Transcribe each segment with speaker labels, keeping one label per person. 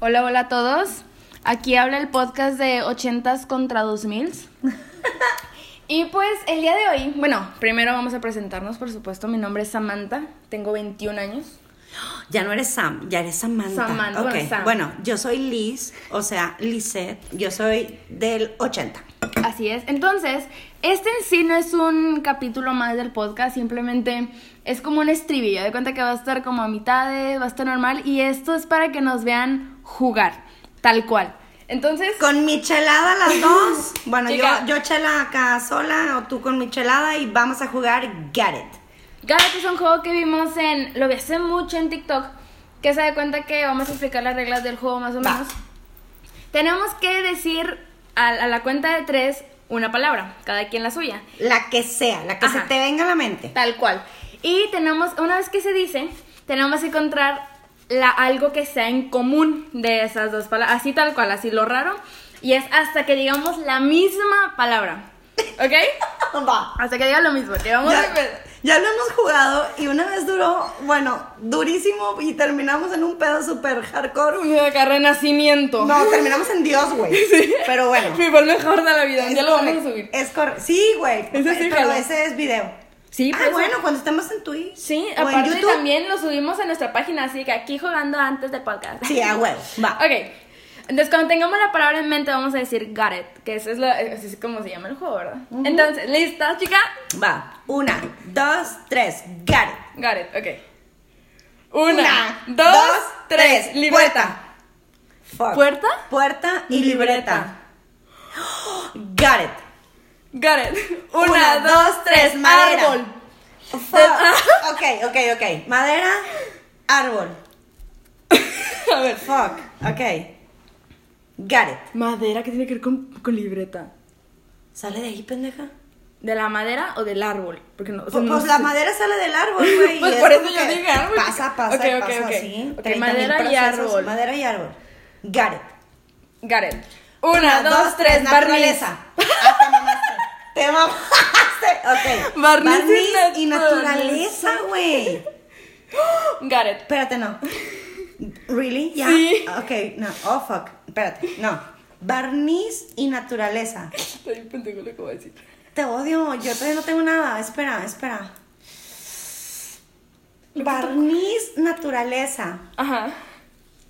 Speaker 1: Hola, hola a todos. Aquí habla el podcast de 80s contra 2000s. y pues el día de hoy, bueno, primero vamos a presentarnos, por supuesto. Mi nombre es Samantha, tengo 21 años.
Speaker 2: Ya no eres Sam, ya eres Samantha.
Speaker 1: Samantha,
Speaker 2: Ok,
Speaker 1: bueno, Sam.
Speaker 2: Bueno, yo soy Liz, o sea, Lisette. Yo soy del 80.
Speaker 1: Así es. Entonces, este en sí no es un capítulo más del podcast, simplemente es como un estribillo. De cuenta que va a estar como a mitades, va a estar normal. Y esto es para que nos vean jugar, tal cual. Entonces,
Speaker 2: Con mi chelada las dos. Bueno, yo,
Speaker 1: Chica.
Speaker 2: yo chela acá sola o tú con mi chelada y vamos a jugar Get It.
Speaker 1: Garate es un juego que vimos en. Lo vi hace mucho en TikTok. Que se da cuenta que vamos a explicar las reglas del juego más o
Speaker 2: Va.
Speaker 1: menos. Tenemos que decir a, a la cuenta de tres una palabra, cada quien la suya.
Speaker 2: La que sea, la que
Speaker 1: Ajá.
Speaker 2: se te venga a la mente.
Speaker 1: Tal cual. Y tenemos, una vez que se dice, tenemos que encontrar la, algo que sea en común de esas dos palabras. Así tal cual, así lo raro. Y es hasta que digamos la misma palabra. ¿Ok?
Speaker 2: Va.
Speaker 1: Hasta que diga lo mismo. Que vamos a
Speaker 2: Ya,
Speaker 1: empezar.
Speaker 2: ya lo hemos jugado y una vez duró, bueno, durísimo y terminamos en un pedo súper hardcore.
Speaker 1: Acá, renacimiento.
Speaker 2: No, terminamos en Dios, güey. Pero bueno.
Speaker 1: Mi gol mejor de la vida. Ya
Speaker 2: Es
Speaker 1: lo vamos a
Speaker 2: correcto,
Speaker 1: subir.
Speaker 2: Es correcto. Sí, güey.
Speaker 1: Ese sí,
Speaker 2: pero
Speaker 1: jala.
Speaker 2: ese es video.
Speaker 1: Sí,
Speaker 2: Ah,
Speaker 1: por eso.
Speaker 2: bueno, cuando estemos en Twitch.
Speaker 1: Sí,
Speaker 2: o en
Speaker 1: aparte
Speaker 2: YouTube.
Speaker 1: también lo subimos a nuestra página, así que aquí jugando antes del podcast.
Speaker 2: Sí, ah. a huevo. Va.
Speaker 1: Ok. Entonces, cuando tengamos la palabra en mente, vamos a decir got it, que eso es, lo, así es como se llama el juego, ¿verdad? Entonces, ¿listas, chica?
Speaker 2: Va. Una, dos, tres. Got it.
Speaker 1: Got it, ok. Una, dos, tres, libreta.
Speaker 2: Fuck.
Speaker 1: ¿Puerta?
Speaker 2: Puerta y libreta. Oh, Got it.
Speaker 1: Got it. Una, dos, tres,
Speaker 2: madera.
Speaker 1: árbol.
Speaker 2: Fuck. ok, ok, ok. Madera, árbol.
Speaker 1: a ver.
Speaker 2: Fuck. Ok. Got it.
Speaker 1: Madera, que tiene que ver con, con libreta?
Speaker 2: Sale de ahí, pendeja.
Speaker 1: ¿De la madera o del árbol? Porque no, o sea,
Speaker 2: Pues,
Speaker 1: no
Speaker 2: pues
Speaker 1: sé.
Speaker 2: la madera sale del árbol, güey. y
Speaker 1: Pues
Speaker 2: es
Speaker 1: por eso
Speaker 2: como
Speaker 1: yo
Speaker 2: que
Speaker 1: dije árbol.
Speaker 2: Pasa, pasa,
Speaker 1: Ok, ok,
Speaker 2: pasa,
Speaker 1: ok.
Speaker 2: sí.
Speaker 1: Ok,
Speaker 2: 30.000
Speaker 1: madera y
Speaker 2: procesos,
Speaker 1: árbol.
Speaker 2: Madera y árbol. Got it.
Speaker 1: Got it. Una, dos, tres, barniz.
Speaker 2: naturaleza. Ah, te mamaste. Te mamaste. Ok.
Speaker 1: Barniz y
Speaker 2: y
Speaker 1: naturaleza.
Speaker 2: naturaleza, güey.
Speaker 1: Got it.
Speaker 2: Espérate, no. ¿Really? ¿Ya?
Speaker 1: Sí.
Speaker 2: Ok, no. Oh, fuck. Espérate, no. Barniz y naturaleza.
Speaker 1: Estoy pendejo lo que voy a decir.
Speaker 2: Te odio, yo todavía no tengo nada. Espera, espera. Barniz, naturaleza.
Speaker 1: Ajá.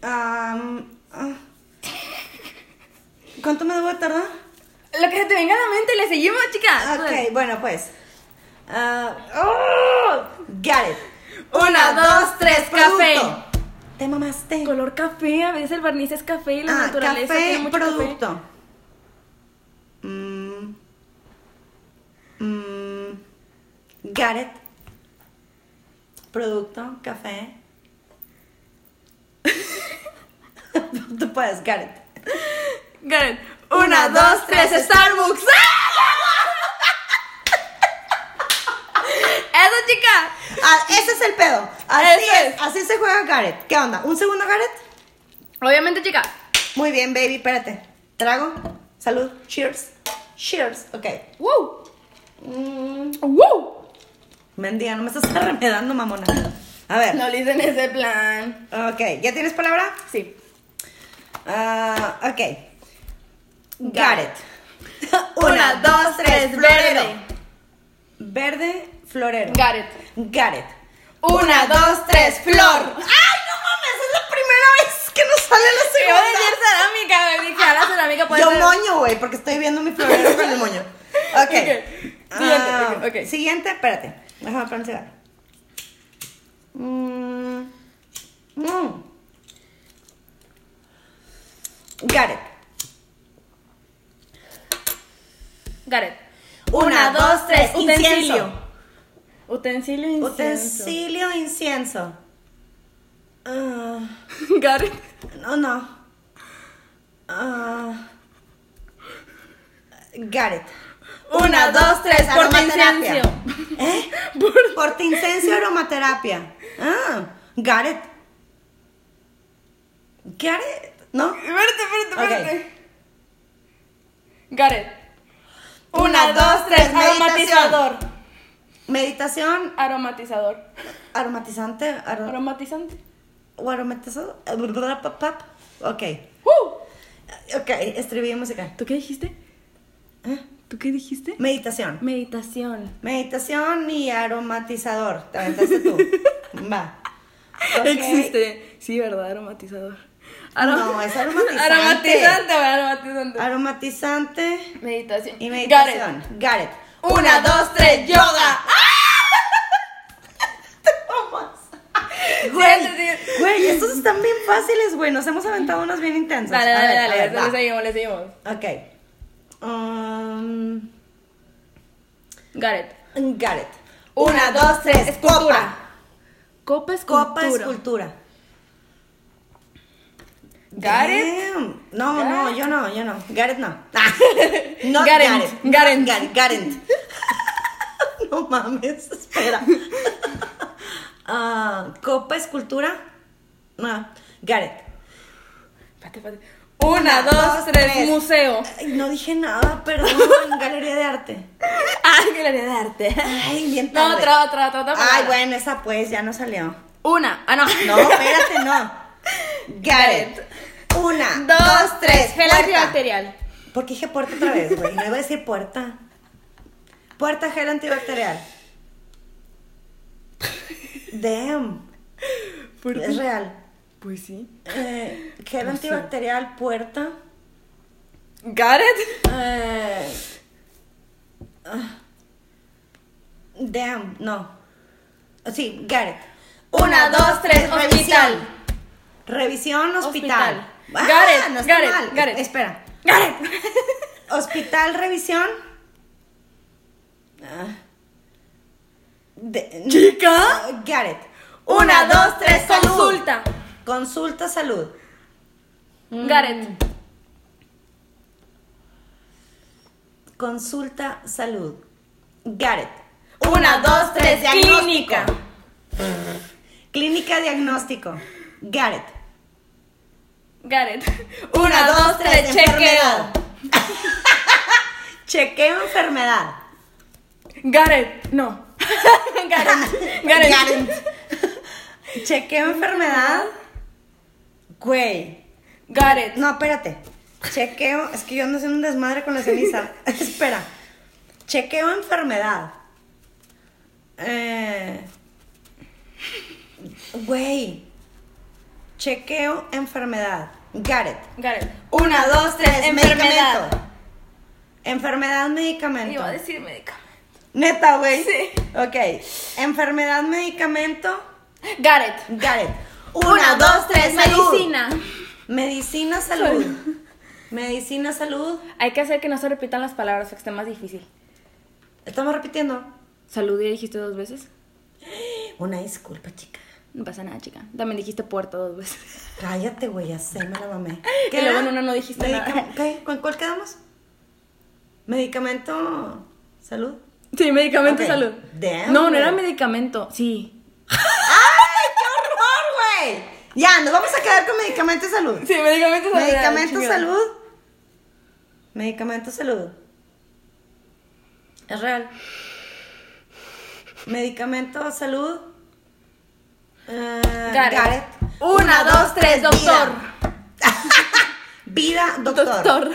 Speaker 2: Am, ah. ¿Cuánto me debo de tardar?
Speaker 1: Lo que se te venga a la mente, le seguimos, chicas.
Speaker 2: Ok, bueno, pues. Ah, oh, got it.
Speaker 1: Una, dos, tres, café.
Speaker 2: Producto. Te mamaste.
Speaker 1: Color café, a veces el barniz es café y la
Speaker 2: Ah,
Speaker 1: naturaleza
Speaker 2: café,
Speaker 1: tiene mucho
Speaker 2: producto. Mm, mm, got it. Producto, café. Tú puedes, got
Speaker 1: café.
Speaker 2: it.
Speaker 1: Got it. Una, dos, tres, Starbucks. ¡Ah! Eso, chica.
Speaker 2: Ah, ese es el pedo. Así
Speaker 1: Ese
Speaker 2: es.
Speaker 1: es.
Speaker 2: Así se juega Gareth. ¿Qué onda? ¿Un segundo Gareth?
Speaker 1: Obviamente, chica.
Speaker 2: Muy bien, baby. Espérate. Trago. Salud. Cheers. Cheers. Ok.
Speaker 1: Wow.
Speaker 2: Mm,
Speaker 1: Wow.
Speaker 2: mendiga, no me estás arremedando, mamona. A ver.
Speaker 1: No le dicen ese plan.
Speaker 2: Ok. ¿Ya tienes palabra?
Speaker 1: Sí.
Speaker 2: Ah, ok.
Speaker 1: Got
Speaker 2: Gareth.
Speaker 1: Una, dos, tres, verde.
Speaker 2: Verde, florero.
Speaker 1: Got it.
Speaker 2: Gareth.
Speaker 1: Una, dos, tres,
Speaker 2: ¡Ay, no
Speaker 1: flor.
Speaker 2: mames! Es la primera vez que nos sale la
Speaker 1: Iba a decir cerámica, güey.
Speaker 2: segunda.
Speaker 1: Dije, ahora cerámica puede
Speaker 2: Yo
Speaker 1: ser-
Speaker 2: moño, güey, porque estoy viendo mi florero con el moño. Ok.
Speaker 1: Ok. Siguiente,
Speaker 2: Ah,
Speaker 1: ok, ok.
Speaker 2: Siguiente, espérate. Déjame pronunciar. Mm. Mm. Got it.
Speaker 1: Gareth.
Speaker 2: Una, dos, tres, incienso.
Speaker 1: Utensilio, incienso.
Speaker 2: Utensilio, incienso. Ah,
Speaker 1: Gareth.
Speaker 2: no, no. Ah. got it.
Speaker 1: Una, dos, tres,
Speaker 2: Aromaterapia.
Speaker 1: portaincencio.
Speaker 2: ¿Eh?
Speaker 1: Por-
Speaker 2: Portaincencio aromaterapia. Ah, got it. Got it. ¿No?
Speaker 1: Espérate, espérate,
Speaker 2: Ok.
Speaker 1: espérate. Gareth. Una, dos, tres,
Speaker 2: meditación.
Speaker 1: aromatizador.
Speaker 2: Meditación,
Speaker 1: Aromatizador.
Speaker 2: aromatizante, aro-
Speaker 1: Aromatizante.
Speaker 2: guarometazos. Ok. Ok, estribillo musical.
Speaker 1: ¡Uh! ¿Tú qué dijiste?
Speaker 2: ¿Eh?
Speaker 1: ¿Tú qué dijiste?
Speaker 2: Meditación.
Speaker 1: Meditación.
Speaker 2: Meditación y aromatizador. Te aventaste tú. Va. Ok.
Speaker 1: Existe. Sí, ¿verdad? Aromatizador.
Speaker 2: No, es aromatizante.
Speaker 1: aromatizante, güey, aromatizante.
Speaker 2: Aromatizante
Speaker 1: meditación.
Speaker 2: y meditación.
Speaker 1: Got it.
Speaker 2: Got it.
Speaker 1: Una, dos, tres, yoga.
Speaker 2: Güey,
Speaker 1: Sí, sí, sí.
Speaker 2: güey, estos están bien fáciles, güey. Nos hemos aventado unos bien intensos.
Speaker 1: Dale,
Speaker 2: A
Speaker 1: dale,
Speaker 2: ver, a
Speaker 1: dale.
Speaker 2: ver,
Speaker 1: le
Speaker 2: va.
Speaker 1: seguimos, le seguimos.
Speaker 2: Ok. Um,
Speaker 1: Got it.
Speaker 2: got it.
Speaker 1: Una, dos, tres, escultura. Copa es
Speaker 2: Copa, copa
Speaker 1: cultura.
Speaker 2: escultura.
Speaker 1: Got it.
Speaker 2: Damn. No,
Speaker 1: Got
Speaker 2: no,
Speaker 1: it.
Speaker 2: yo no, yo no. Got it no. Ah.
Speaker 1: Got
Speaker 2: Not got,
Speaker 1: it,
Speaker 2: it.
Speaker 1: got it.
Speaker 2: Got it. got it. no mames, espera. Ah, copa escultura. No. Got it.
Speaker 1: Espérate, espérate. Una, dos, tres, museo.
Speaker 2: Ay, no dije nada, perdón. Galería de arte.
Speaker 1: Ah, galería de arte.
Speaker 2: Ay, bien tarde.
Speaker 1: No, otra, otra, otra, otra.
Speaker 2: Ay, bueno, esa pues ya no salió.
Speaker 1: Una. Ah, no.
Speaker 2: No, espérate, no. Got it. Una, dos, tres.
Speaker 1: Felación
Speaker 2: puerta.
Speaker 1: arterial.
Speaker 2: ¿Por qué dije puerta otra vez, güey? No iba a decir puerta. Puerta gel antibacterial. Damn. Es real.
Speaker 1: Pues sí.
Speaker 2: Eh, gel antibacterial, puerta.
Speaker 1: Got it.
Speaker 2: Eh, ah. damn, no. Sí, got it.
Speaker 1: Una, dos, tres, hospital.
Speaker 2: Revisión, hospital. Ah,
Speaker 1: Hospital. Got it,
Speaker 2: no
Speaker 1: got
Speaker 2: está
Speaker 1: it,
Speaker 2: mal.
Speaker 1: got it.
Speaker 2: Espera.
Speaker 1: Got it.
Speaker 2: Hospital, revisión. Ah. De-
Speaker 1: Chica.
Speaker 2: Got it.
Speaker 1: Una, dos, tres,
Speaker 2: salud.
Speaker 1: consulta.
Speaker 2: Consulta, salud.
Speaker 1: Got it.
Speaker 2: Consulta, salud. Got it.
Speaker 1: Una, dos, tres,
Speaker 2: diagnóstico.
Speaker 1: clínica.
Speaker 2: Clínica, diagnóstico. Got it.
Speaker 1: Got it. Una, dos, tres, chequeo.
Speaker 2: enfermedad. chequeo, enfermedad.
Speaker 1: Got it. No. Got it. Got it.
Speaker 2: Chequeo, enfermedad. Güey.
Speaker 1: Got it.
Speaker 2: No, espérate. Chequeo, es que yo ando haciendo un desmadre con la ceniza. Espera. Chequeo enfermedad. Eh, Güey. Chequeo enfermedad. Got it.
Speaker 1: Got it. Una, dos, tres, enfermedad.
Speaker 2: Medicamento. Enfermedad, medicamento.
Speaker 1: Iba a decir medicamento.
Speaker 2: Neta, güey.
Speaker 1: Sí.
Speaker 2: Ok. Enfermedad, medicamento.
Speaker 1: Got it.
Speaker 2: Got it.
Speaker 1: Una, dos, tres,
Speaker 2: salud.
Speaker 1: medicina.
Speaker 2: Medicina, salud. Medicina, salud.
Speaker 1: Hay que hacer que no se repitan las palabras, que esté más difícil.
Speaker 2: Estamos repitiendo.
Speaker 1: Salud ya dijiste dos veces.
Speaker 2: Una disculpa, chica.
Speaker 1: No pasa nada, chica. También dijiste puerta dos veces.
Speaker 2: Cállate, güey, ya sé, me la mamé.
Speaker 1: Y luego en
Speaker 2: era?
Speaker 1: una no dijiste nada.
Speaker 2: Medicam- ¿Qué? ¿Con cuál quedamos? Medicamento. Salud.
Speaker 1: Sí, medicamento,
Speaker 2: Ok.
Speaker 1: salud.
Speaker 2: Damn,
Speaker 1: no, no
Speaker 2: güey.
Speaker 1: era medicamento. Sí.
Speaker 2: ¡Ay, qué horror, güey! Ya, nos vamos a quedar con medicamento y salud.
Speaker 1: Sí, medicamento, salud.
Speaker 2: medicamento,
Speaker 1: chingada.
Speaker 2: salud. Medicamento, salud. Es real. Medicamento, salud. Eh,
Speaker 1: Got it.
Speaker 2: got it.
Speaker 1: Una, dos, tres, doctor.
Speaker 2: Vida, Vida, doctor.
Speaker 1: Doctor.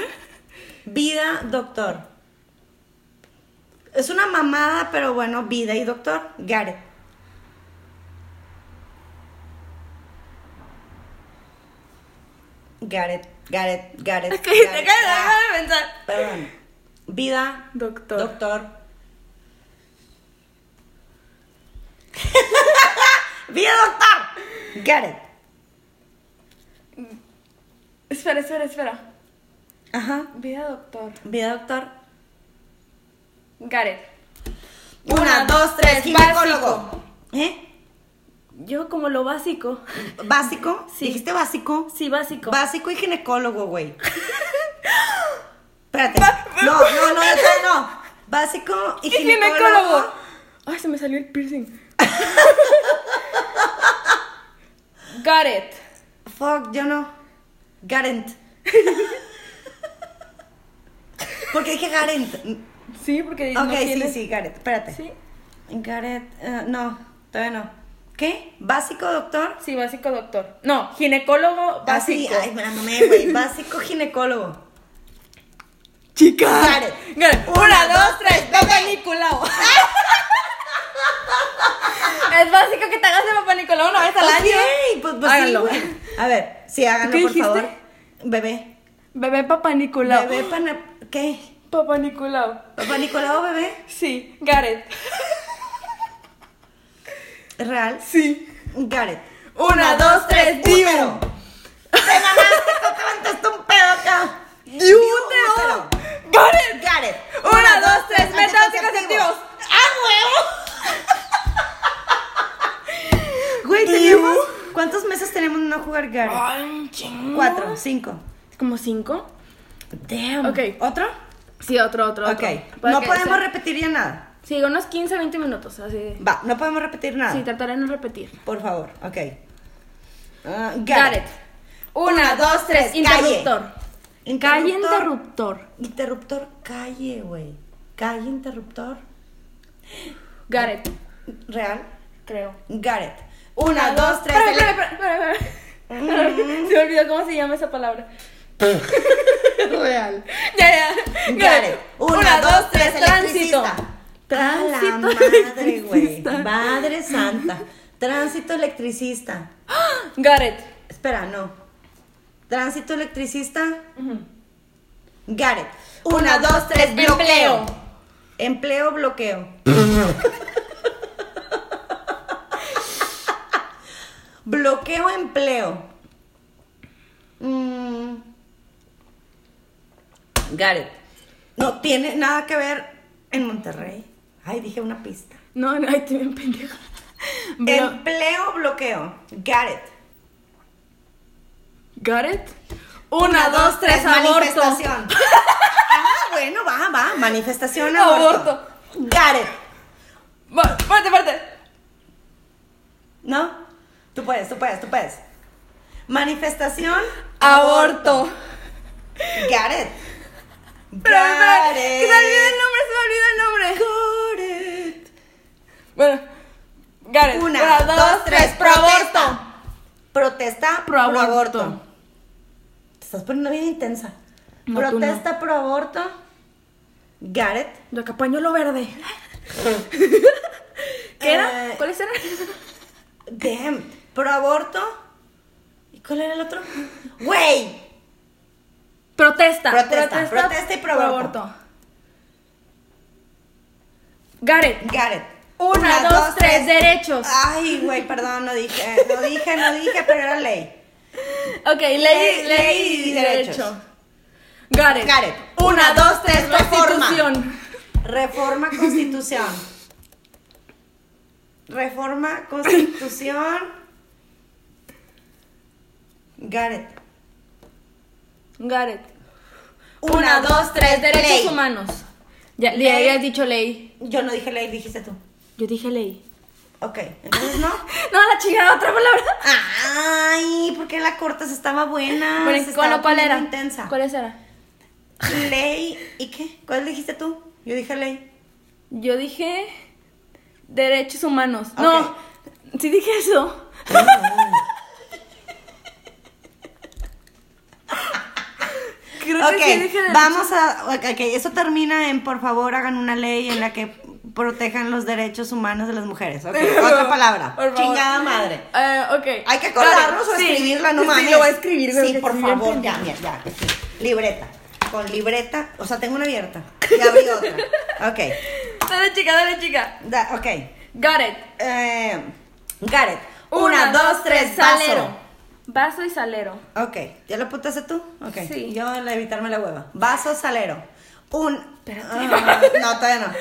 Speaker 2: Vida, doctor. Es una mamada, pero bueno, vida y doctor. Got it. Got it, got it, got it.
Speaker 1: Ok,
Speaker 2: got
Speaker 1: te
Speaker 2: it.
Speaker 1: caes,
Speaker 2: Ah,
Speaker 1: déjame pensar.
Speaker 2: Perdón. Vida,
Speaker 1: Doctor.
Speaker 2: doctor. vida, doctor. Got it.
Speaker 1: Espera, espera, espera.
Speaker 2: Ajá.
Speaker 1: Vida doctor.
Speaker 2: Vida, doctor.
Speaker 1: Got it.
Speaker 2: Una, dos, tres, ginecólogo.
Speaker 1: básico.
Speaker 2: ¿Eh?
Speaker 1: Yo como lo básico.
Speaker 2: ¿Básico?
Speaker 1: Sí.
Speaker 2: ¿Dijiste básico?
Speaker 1: Sí, básico.
Speaker 2: Básico y ginecólogo, güey. Espérate. No, no, no, no, no. Básico y
Speaker 1: Y
Speaker 2: ginecólogo.
Speaker 1: ginecólogo. Ay, se me salió el piercing. Got it.
Speaker 2: Fuck, yo no. Garant. Porque dije Garant.
Speaker 1: Sí, porque
Speaker 2: Ok,
Speaker 1: no
Speaker 2: sí,
Speaker 1: tienes-
Speaker 2: sí, Garant. Espérate.
Speaker 1: Sí.
Speaker 2: Garant, eh, no, todavía no. ¿Qué? ¿Básico, doctor?
Speaker 1: Sí, básico doctor. No, ginecólogo
Speaker 2: Así,
Speaker 1: básico.
Speaker 2: ay, me la mamé, güey. Básico ginecólogo.
Speaker 1: Chica.
Speaker 2: Pare.
Speaker 1: Una, dos, tres, papá Nicolau. es básico que te hagas de papá Nicolau una vez al año.
Speaker 2: Ok, pues, pues sí,
Speaker 1: Háganlo.
Speaker 2: güey. A ver, sí, háganlo,
Speaker 1: ¿Qué
Speaker 2: por
Speaker 1: dijiste?
Speaker 2: favor. Bebé.
Speaker 1: Bebé papá Nicolau.
Speaker 2: Bebé pana... ¿Qué?
Speaker 1: Papá Nicolau.
Speaker 2: ¿Papá Nicolau, bebé?
Speaker 1: Sí. Gareth.
Speaker 2: Real.
Speaker 1: Sí.
Speaker 2: Gareth.
Speaker 1: Una, dos, tres,
Speaker 2: útero.
Speaker 1: digo.
Speaker 2: Te mamaste, tú te levantaste un pedo acá.
Speaker 1: Útero. Gareth.
Speaker 2: Gareth.
Speaker 1: Una, dos, tres, métodos
Speaker 2: anticonceptivos.
Speaker 1: anticonceptivos.
Speaker 2: ¡Ah,
Speaker 1: ¡A
Speaker 2: Güey,
Speaker 1: Diu.
Speaker 2: tenemos... ¿Cuántos meses tenemos de no jugar
Speaker 1: huevo!
Speaker 2: Gareth?
Speaker 1: Ay, chingo.
Speaker 2: Cuatro, cinco.
Speaker 1: ¿Como cinco?
Speaker 2: Damn.
Speaker 1: Ok.
Speaker 2: ¿Otro?
Speaker 1: Sí, otro, otro,
Speaker 2: Ok.
Speaker 1: otro. Para
Speaker 2: No
Speaker 1: que
Speaker 2: podemos
Speaker 1: sea-
Speaker 2: repetir ya nada.
Speaker 1: Sí, unos 15, 20 minutos, así de...
Speaker 2: Va, no podemos repetir nada.
Speaker 1: Sí, trataré de no repetir.
Speaker 2: Por favor, ok. Ah, Gareth.
Speaker 1: Gareth. Una, dos, tres. Interruptor. Calle interruptor.
Speaker 2: Interruptor, calle, güey. Calle interruptor.
Speaker 1: Gareth,
Speaker 2: Real.
Speaker 1: creo.
Speaker 2: Gareth. Una, dos, tres. Mm.
Speaker 1: Espera, espera, espera, espera, espera. Se me olvidó cómo se llama esa palabra.
Speaker 2: Real.
Speaker 1: Ya, ya.
Speaker 2: Gareth. Una, dos, tres.
Speaker 1: Tránsito.
Speaker 2: Tránsito.
Speaker 1: Tránsito
Speaker 2: la madre, güey.
Speaker 1: electricista.
Speaker 2: Madre santa. Tránsito electricista.
Speaker 1: Gareth.
Speaker 2: Espera, no. Tránsito electricista. Gareth. Una, dos, tres. Bloqueo.
Speaker 1: Empleo.
Speaker 2: Empleo, bloqueo. bloqueo, empleo. Mm. Gareth. No tiene nada que ver en Monterrey. Ay, dije una pista.
Speaker 1: No, no, ay, estoy bien pendeja. Blo-
Speaker 2: Empleo, bloqueo. Gareth.
Speaker 1: Gareth. Una, dos, tres, aborto.
Speaker 2: Manifestación. ah, bueno, va, va. Manifestación, aborto.
Speaker 1: Aborto.
Speaker 2: Gareth.
Speaker 1: Va, Parte, parte.
Speaker 2: ¿No? Tú puedes, tú puedes, tú puedes. Manifestación.
Speaker 1: Aborto.
Speaker 2: Gareth.
Speaker 1: Pero, espera, que se me olvida
Speaker 2: Gareth.
Speaker 1: el nombre, se me olvida el nombre. Bueno, Gareth.
Speaker 2: Una,
Speaker 1: Una,
Speaker 2: dos, tres,
Speaker 1: pro
Speaker 2: protesta.
Speaker 1: aborto.
Speaker 2: Protesta pro
Speaker 1: Pro aborto.
Speaker 2: aborto. Te estás poniendo bien intensa.
Speaker 1: No, tú no.
Speaker 2: Protesta pro aborto. Gareth.
Speaker 1: Lo que pañuelo verde. ¿Qué era?
Speaker 2: Eh.
Speaker 1: ¿Cuáles eran?
Speaker 2: Damn. Pro aborto. ¿Y cuál era el otro? ¡Güey!
Speaker 1: Protesta.
Speaker 2: Protesta, protesta y pro
Speaker 1: pro
Speaker 2: aborto.
Speaker 1: Gareth.
Speaker 2: Gareth.
Speaker 1: Una, dos, tres, derechos.
Speaker 2: Ay, güey, perdón, no dije, no dije, no dije, pero era ley.
Speaker 1: Ok, ley,
Speaker 2: Eh, Ley-
Speaker 1: ley,
Speaker 2: ley y
Speaker 1: y
Speaker 2: derechos.
Speaker 1: derecho. Gareth.
Speaker 2: Gareth.
Speaker 1: Una, dos, tres,
Speaker 2: reforma.
Speaker 1: constitución.
Speaker 2: Reforma constitución. Reforma constitución. Gareth.
Speaker 1: Gareth.
Speaker 2: Una, dos, tres,
Speaker 1: derechos
Speaker 2: ley.
Speaker 1: humanos. Ya,
Speaker 2: Ley.
Speaker 1: ya habías dicho ley.
Speaker 2: Yo no dije ley, dijiste tú.
Speaker 1: Yo dije ley.
Speaker 2: Ok, entonces no.
Speaker 1: No, la chingada, otra palabra.
Speaker 2: Ay, ¿por qué la cortas? Estaba buena.
Speaker 1: Bueno,
Speaker 2: Ah, se
Speaker 1: ¿cuál,
Speaker 2: estaba
Speaker 1: cuál
Speaker 2: poniendo
Speaker 1: era?
Speaker 2: Intensa.
Speaker 1: ¿Cuál era?
Speaker 2: Ley. ¿Y qué? ¿Cuál dijiste tú? Yo dije ley.
Speaker 1: Yo dije derechos humanos.
Speaker 2: Ah, Ok.
Speaker 1: No, sí dije eso. Creo
Speaker 2: Ok,
Speaker 1: que sí dije derechos-
Speaker 2: vamos a. ok, ok, eso termina en por favor hagan una ley en la que protejan los derechos humanos de las mujeres. Ok, otra palabra.
Speaker 1: Por favor.
Speaker 2: Chingada madre.
Speaker 1: Eh, ok.
Speaker 2: Hay que acordarnos o
Speaker 1: Vale, sí.
Speaker 2: escribirla, no
Speaker 1: Sí,
Speaker 2: mames.
Speaker 1: lo voy a escribir. güey,
Speaker 2: Sí,
Speaker 1: porque
Speaker 2: por
Speaker 1: estoy bien
Speaker 2: favor,
Speaker 1: pendeja.
Speaker 2: ya, mira, ya. aquí. Libreta. Con libreta, o sea, tengo una abierta. Y abrí otra. Ok,
Speaker 1: Dale, chica, dale, chica.
Speaker 2: da- ok.
Speaker 1: Gareth.
Speaker 2: Eh, Gareth. Una, dos, tres,
Speaker 1: salero.
Speaker 2: vaso.
Speaker 1: Vaso y salero.
Speaker 2: Ok, ¿ya lo apuntaste tú? Ok.
Speaker 1: Sí.
Speaker 2: Yo al evitarme la hueva. Vaso salero. Un.
Speaker 1: Espérate.
Speaker 2: Ah, no, todavía no.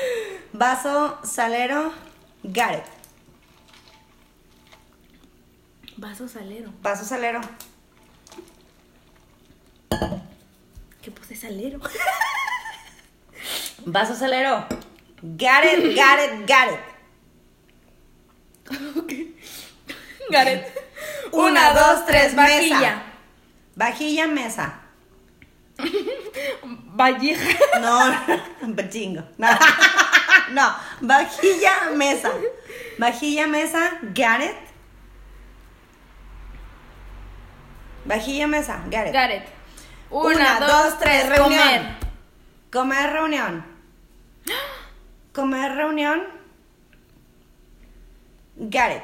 Speaker 2: Vaso salero. Gareth.
Speaker 1: Vaso salero.
Speaker 2: Vaso salero.
Speaker 1: ¿Qué puse salero?
Speaker 2: Vaso salero. Gareth, Gareth, Gareth.
Speaker 1: Gareth.
Speaker 2: Una, dos, tres, mesa.
Speaker 1: Vajilla.
Speaker 2: Vajilla, mesa.
Speaker 1: Valleja.
Speaker 2: No, chingo. No. no, vajilla, mesa. Vajilla, mesa, Gareth. Vajilla, mesa, Gareth.
Speaker 1: Gareth. Una, dos, tres,
Speaker 2: reunión.
Speaker 1: comer.
Speaker 2: Comer, reunión. Comer, reunión. Gareth.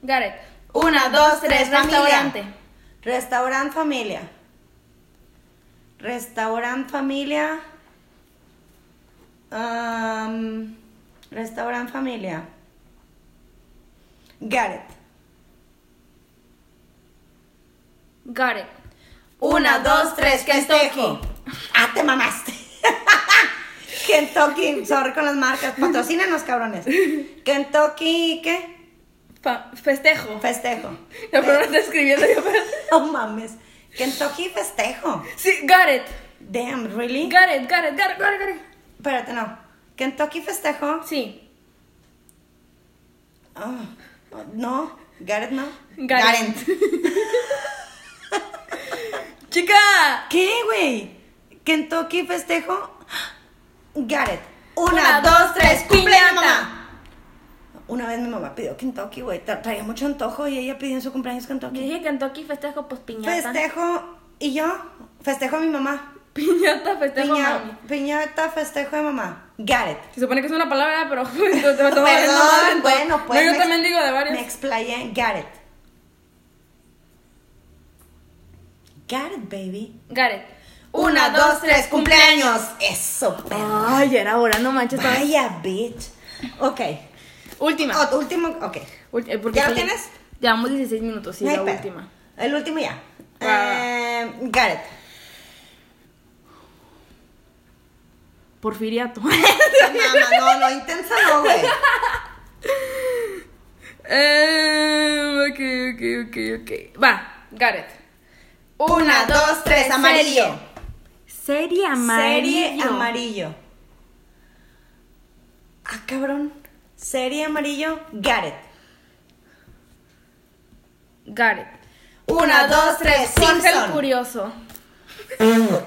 Speaker 1: Gareth. Una, dos, tres,
Speaker 2: familia.
Speaker 1: restaurante.
Speaker 2: Restaurant, familia. Restaurant, familia. Am, Um, restaurant, familia. Gareth.
Speaker 1: Gareth.
Speaker 2: Una, dos, tres, Kentucky. Ah, te mamaste. Kentucky, sorry con las marcas. Patrocínanos, cabrones. Kentucky, ¿qué?
Speaker 1: Fa- festejo.
Speaker 2: Festejo.
Speaker 1: La persona está escribiendo yo, pero-
Speaker 2: No mames. Kentucky, festejo.
Speaker 1: Sí, Gareth.
Speaker 2: Damn, really?
Speaker 1: Gareth, Gareth, Gareth, Gareth, Gareth.
Speaker 2: Espérate, no. Kentucky, festejo.
Speaker 1: Sí.
Speaker 2: Ah, no. Gareth, no.
Speaker 1: Gareth. Chica.
Speaker 2: ¿Qué, güey? Kentucky, festejo. Gareth. Una,
Speaker 1: Una,
Speaker 2: dos,
Speaker 1: dos,
Speaker 2: tres,
Speaker 1: tres,
Speaker 2: cumpleaños,
Speaker 1: piñata.
Speaker 2: mamá. Una vez mi mamá pidió Kentucky, güey. tra- Traía mucho antojo y ella pidió en su cumpleaños
Speaker 1: Yo
Speaker 2: Kentucky.
Speaker 1: dije Kentucky, festejo, pues piñata.
Speaker 2: Festejo y yo, festejo a mi mamá.
Speaker 1: piñata, festejo,
Speaker 2: Piña-
Speaker 1: mami.
Speaker 2: piñata, festejo de mamá. Gareth.
Speaker 1: Se supone que es una palabra, pero te te vas a tomar
Speaker 2: Perdón,
Speaker 1: esa madre en todo.
Speaker 2: bueno, pues.
Speaker 1: No,
Speaker 2: me
Speaker 1: yo
Speaker 2: ex-
Speaker 1: también digo de varios.
Speaker 2: Me explayé. Gareth. Gareth, baby.
Speaker 1: Gareth.
Speaker 2: Una, dos, tres, cumpleaños. Eso, perro.
Speaker 1: Ay, ya era hora, no manches. estaba-
Speaker 2: Vaya, bitch. Ok.
Speaker 1: Última.
Speaker 2: Ot- último, ok.
Speaker 1: Ul- eh, porque
Speaker 2: ¿Ya lo
Speaker 1: soy-
Speaker 2: tienes?
Speaker 1: Llevamos 16 minutos, sí,
Speaker 2: No hay
Speaker 1: la
Speaker 2: pedo.
Speaker 1: última.
Speaker 2: El último ya.
Speaker 1: Va, va, va.
Speaker 2: Eh, Gareth.
Speaker 1: Porfiriato.
Speaker 2: No, no, no, intensa no, güey.
Speaker 1: Eh, ok, ok, ok, ok. Va, Gareth.
Speaker 2: Una, dos, tres, amarillo.
Speaker 1: Serie amarillo.
Speaker 2: Serie amarillo. Ah, cabrón. Serie amarillo, Gareth.
Speaker 1: Gareth.
Speaker 2: Una, dos, tres,
Speaker 1: Jorge el
Speaker 2: Simpson.
Speaker 1: Curioso.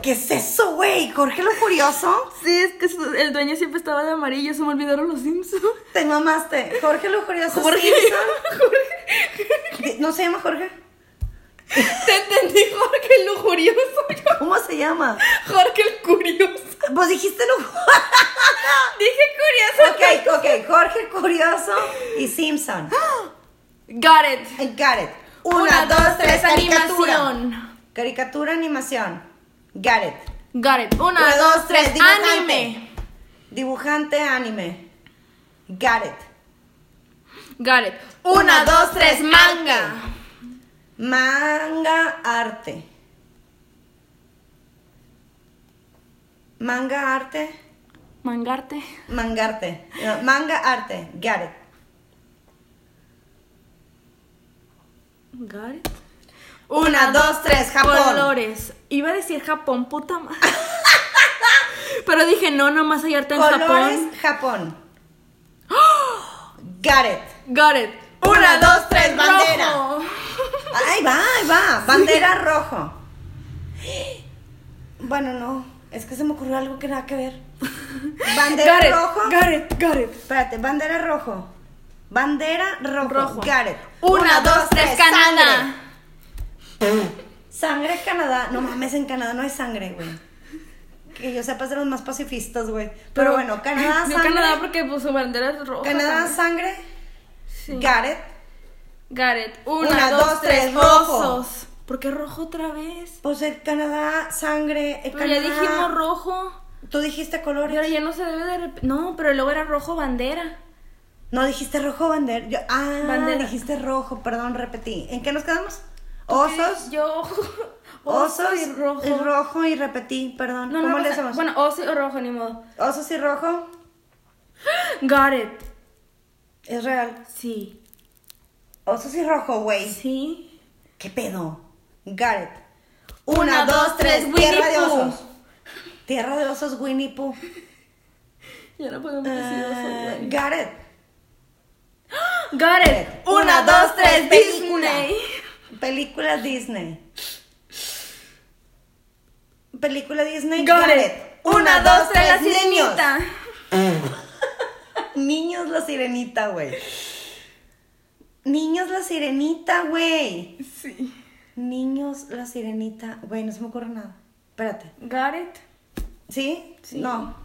Speaker 2: ¿Qué es eso, güey? Jorge lo Curioso.
Speaker 1: Sí, es que su- el dueño siempre estaba de amarillo, se me olvidaron los Simpsons.
Speaker 2: Te mamaste. Jorge lo Curioso.
Speaker 1: Jorge.
Speaker 2: Simpson. ¿No se llama Jorge?
Speaker 1: Te entendí, Jorge el Lujurioso.
Speaker 2: ¿Cómo se llama?
Speaker 1: Jorge el Curioso.
Speaker 2: Pues dijiste lo.
Speaker 1: Ah, Dije curioso.
Speaker 2: Ok, ok. Jorge Curioso y Simpson.
Speaker 1: Gareth.
Speaker 2: Gareth. Caricatura.
Speaker 1: animación.
Speaker 2: Caricatura, animación. Gareth.
Speaker 1: Gareth. Una,
Speaker 2: Una,
Speaker 1: dos, tres,
Speaker 2: dibujante.
Speaker 1: anime.
Speaker 2: Dibujante anime. Gareth.
Speaker 1: Gareth.
Speaker 2: Una, dos, tres,
Speaker 1: manga.
Speaker 2: Manga arte. Manga arte.
Speaker 1: Mangarte.
Speaker 2: Mangarte. No, manga arte. Gareth.
Speaker 1: Gareth.
Speaker 2: Una, dos, tres, Japón.
Speaker 1: Colores. Iba a decir Japón, puta madre. Pero dije, no, nomás hallarte en Japón. ¡Oh!
Speaker 2: Colores, Japón. Gareth.
Speaker 1: Gareth.
Speaker 2: Una, dos, tres,
Speaker 1: Rojo.
Speaker 2: bandera. Ahí va, ahí va. Bandera rojo. Bueno, no. Es que se me ocurrió algo que nada que ver. Bandera
Speaker 1: Gareth,
Speaker 2: rojo.
Speaker 1: Gareth, Gareth.
Speaker 2: Espérate, bandera rojo. Bandera rojo.
Speaker 1: Rojo.
Speaker 2: Gareth.
Speaker 1: Una, dos, tres, Canadá.
Speaker 2: Sangre. Sangre, Canadá. No mames, en Canadá no hay sangre, güey. Que yo sepa, es de los más pacifistas, güey. Pero, bueno, Canadá,
Speaker 1: No,
Speaker 2: sangre.
Speaker 1: Canadá porque pues, su bandera es roja.
Speaker 2: Canadá,
Speaker 1: también.
Speaker 2: sangre.
Speaker 1: Sí.
Speaker 2: Gareth.
Speaker 1: Gareth. Una,
Speaker 2: Una,
Speaker 1: dos,
Speaker 2: dos,
Speaker 1: tres,
Speaker 2: tres, rojo.
Speaker 1: osos. ¿Por qué rojo otra vez?
Speaker 2: Pues el Canadá, sangre. El
Speaker 1: Pero ya
Speaker 2: Canadá-
Speaker 1: dijimos rojo.
Speaker 2: Tú dijiste
Speaker 1: Y ahora
Speaker 2: colores.
Speaker 1: ya no se debe de rep- No, pero luego era rojo bandera.
Speaker 2: No dijiste rojo, bandera. Yo- ah,
Speaker 1: Bandera.
Speaker 2: dijiste rojo, perdón, repetí. ¿En qué nos quedamos?
Speaker 1: Ok,
Speaker 2: Osos.
Speaker 1: Yo.
Speaker 2: Osos
Speaker 1: y rojo.
Speaker 2: Y rojo y repetí, perdón.
Speaker 1: No, no,
Speaker 2: ¿Cómo
Speaker 1: no,
Speaker 2: le
Speaker 1: o sea,
Speaker 2: hacemos?
Speaker 1: Bueno, oso y rojo, ni modo.
Speaker 2: Osos y rojo
Speaker 1: Gareth.
Speaker 2: es real.
Speaker 1: Sí.
Speaker 2: Osos y rojo, güey.
Speaker 1: Sí.
Speaker 2: ¿Qué pedo? Gareth.
Speaker 1: Una, dos, tres,
Speaker 2: Tierra
Speaker 1: Winnie
Speaker 2: de
Speaker 1: Pooh.
Speaker 2: osos. Tierra de osos, Winnie Pooh.
Speaker 1: Ya no podemos decir oso,
Speaker 2: Eh,
Speaker 1: güey.
Speaker 2: Gareth.
Speaker 1: Gareth.
Speaker 2: Eh, Una, dos, tres,
Speaker 1: Disney.
Speaker 2: Película Disney. Película Disney.
Speaker 1: Gareth. Una, dos, tres, la
Speaker 2: niños.
Speaker 1: sirenita.
Speaker 2: Niños la sirenita, güey. Niños la sirenita, güey.
Speaker 1: Sí.
Speaker 2: Niños, la sirenita. Güey, no se me ocurre nada. Espérate.
Speaker 1: Gareth.
Speaker 2: ¿Sí?
Speaker 1: Sí.
Speaker 2: No.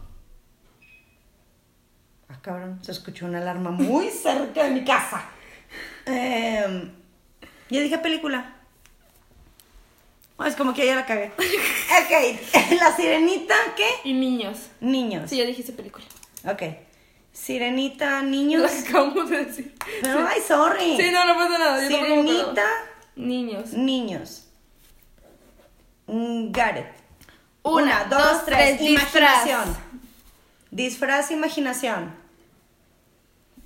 Speaker 2: Ah, cabrón. Se escuchó una alarma muy cerca de mi casa. Eh, yo dije película. Ah, Es como que ya la cagué. Ok. La sirenita, ¿qué?
Speaker 1: Y niños.
Speaker 2: Niños.
Speaker 1: Sí, ya dije esa película.
Speaker 2: Ok. Sirenita, niños.
Speaker 1: Lo acabamos de decir.
Speaker 2: No, ay, sorry.
Speaker 1: Sí, no, no pasa nada. yo tampoco me acuerdo.
Speaker 2: Sirenita,
Speaker 1: Niños.
Speaker 2: niños. Mm, Got it.
Speaker 1: Una, dos, tres, disfraz.
Speaker 2: Imaginación. Disfraz, imaginación.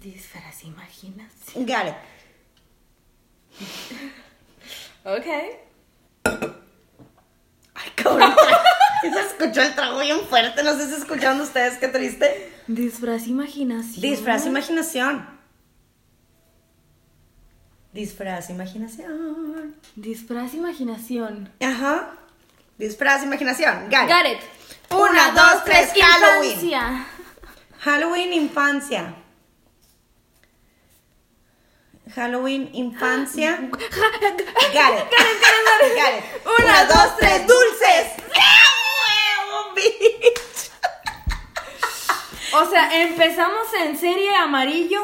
Speaker 1: Disfraz, imaginación.
Speaker 2: Got it.
Speaker 1: Ok.
Speaker 2: Ay, cabrón. Sí se escuchó el trago bien fuerte. No sé si escucharon ustedes, qué triste.
Speaker 1: Disfraz, imaginación.
Speaker 2: Disfraz, imaginación. Disfraz, imaginación.
Speaker 1: Disfraz, imaginación.
Speaker 2: Ajá. Disfraz, imaginación. Got it.
Speaker 1: Gareth.
Speaker 2: Una, dos, tres, Halloween.
Speaker 1: Infancia.
Speaker 2: Halloween infancia. Halloween infancia. Gareth. Gareth. Una, dos, tres, dulces. ¡Ah, huevo, bitch!
Speaker 1: O sea, empezamos en serie amarillo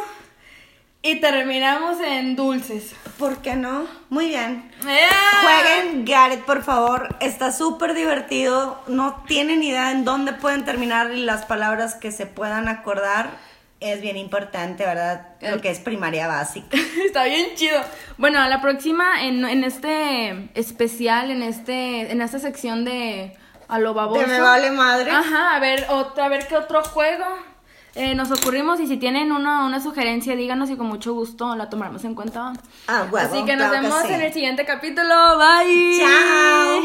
Speaker 1: y terminamos en dulces.
Speaker 2: ¿Por qué no? Muy bien.
Speaker 1: ¡Eh!
Speaker 2: Jueguen Gareth, por favor. Está súper divertido. No tienen idea en dónde pueden terminar y las palabras que se puedan acordar. Es bien importante, ¿verdad? Lo que es primaria básica.
Speaker 1: Está bien chido. Bueno, a la próxima, en, en este especial, en este en esta sección de a lo baboso.
Speaker 2: Te me vale madre.
Speaker 1: Ajá, a ver, otra, a ver qué otro juego eh, nos ocurrimos. Y si tienen una, una sugerencia, díganos y con mucho gusto la tomaremos en cuenta.
Speaker 2: Ah, huevo,
Speaker 1: Así que nos
Speaker 2: claro que
Speaker 1: vemos
Speaker 2: sí.
Speaker 1: en el siguiente capítulo. Bye.
Speaker 2: Chao.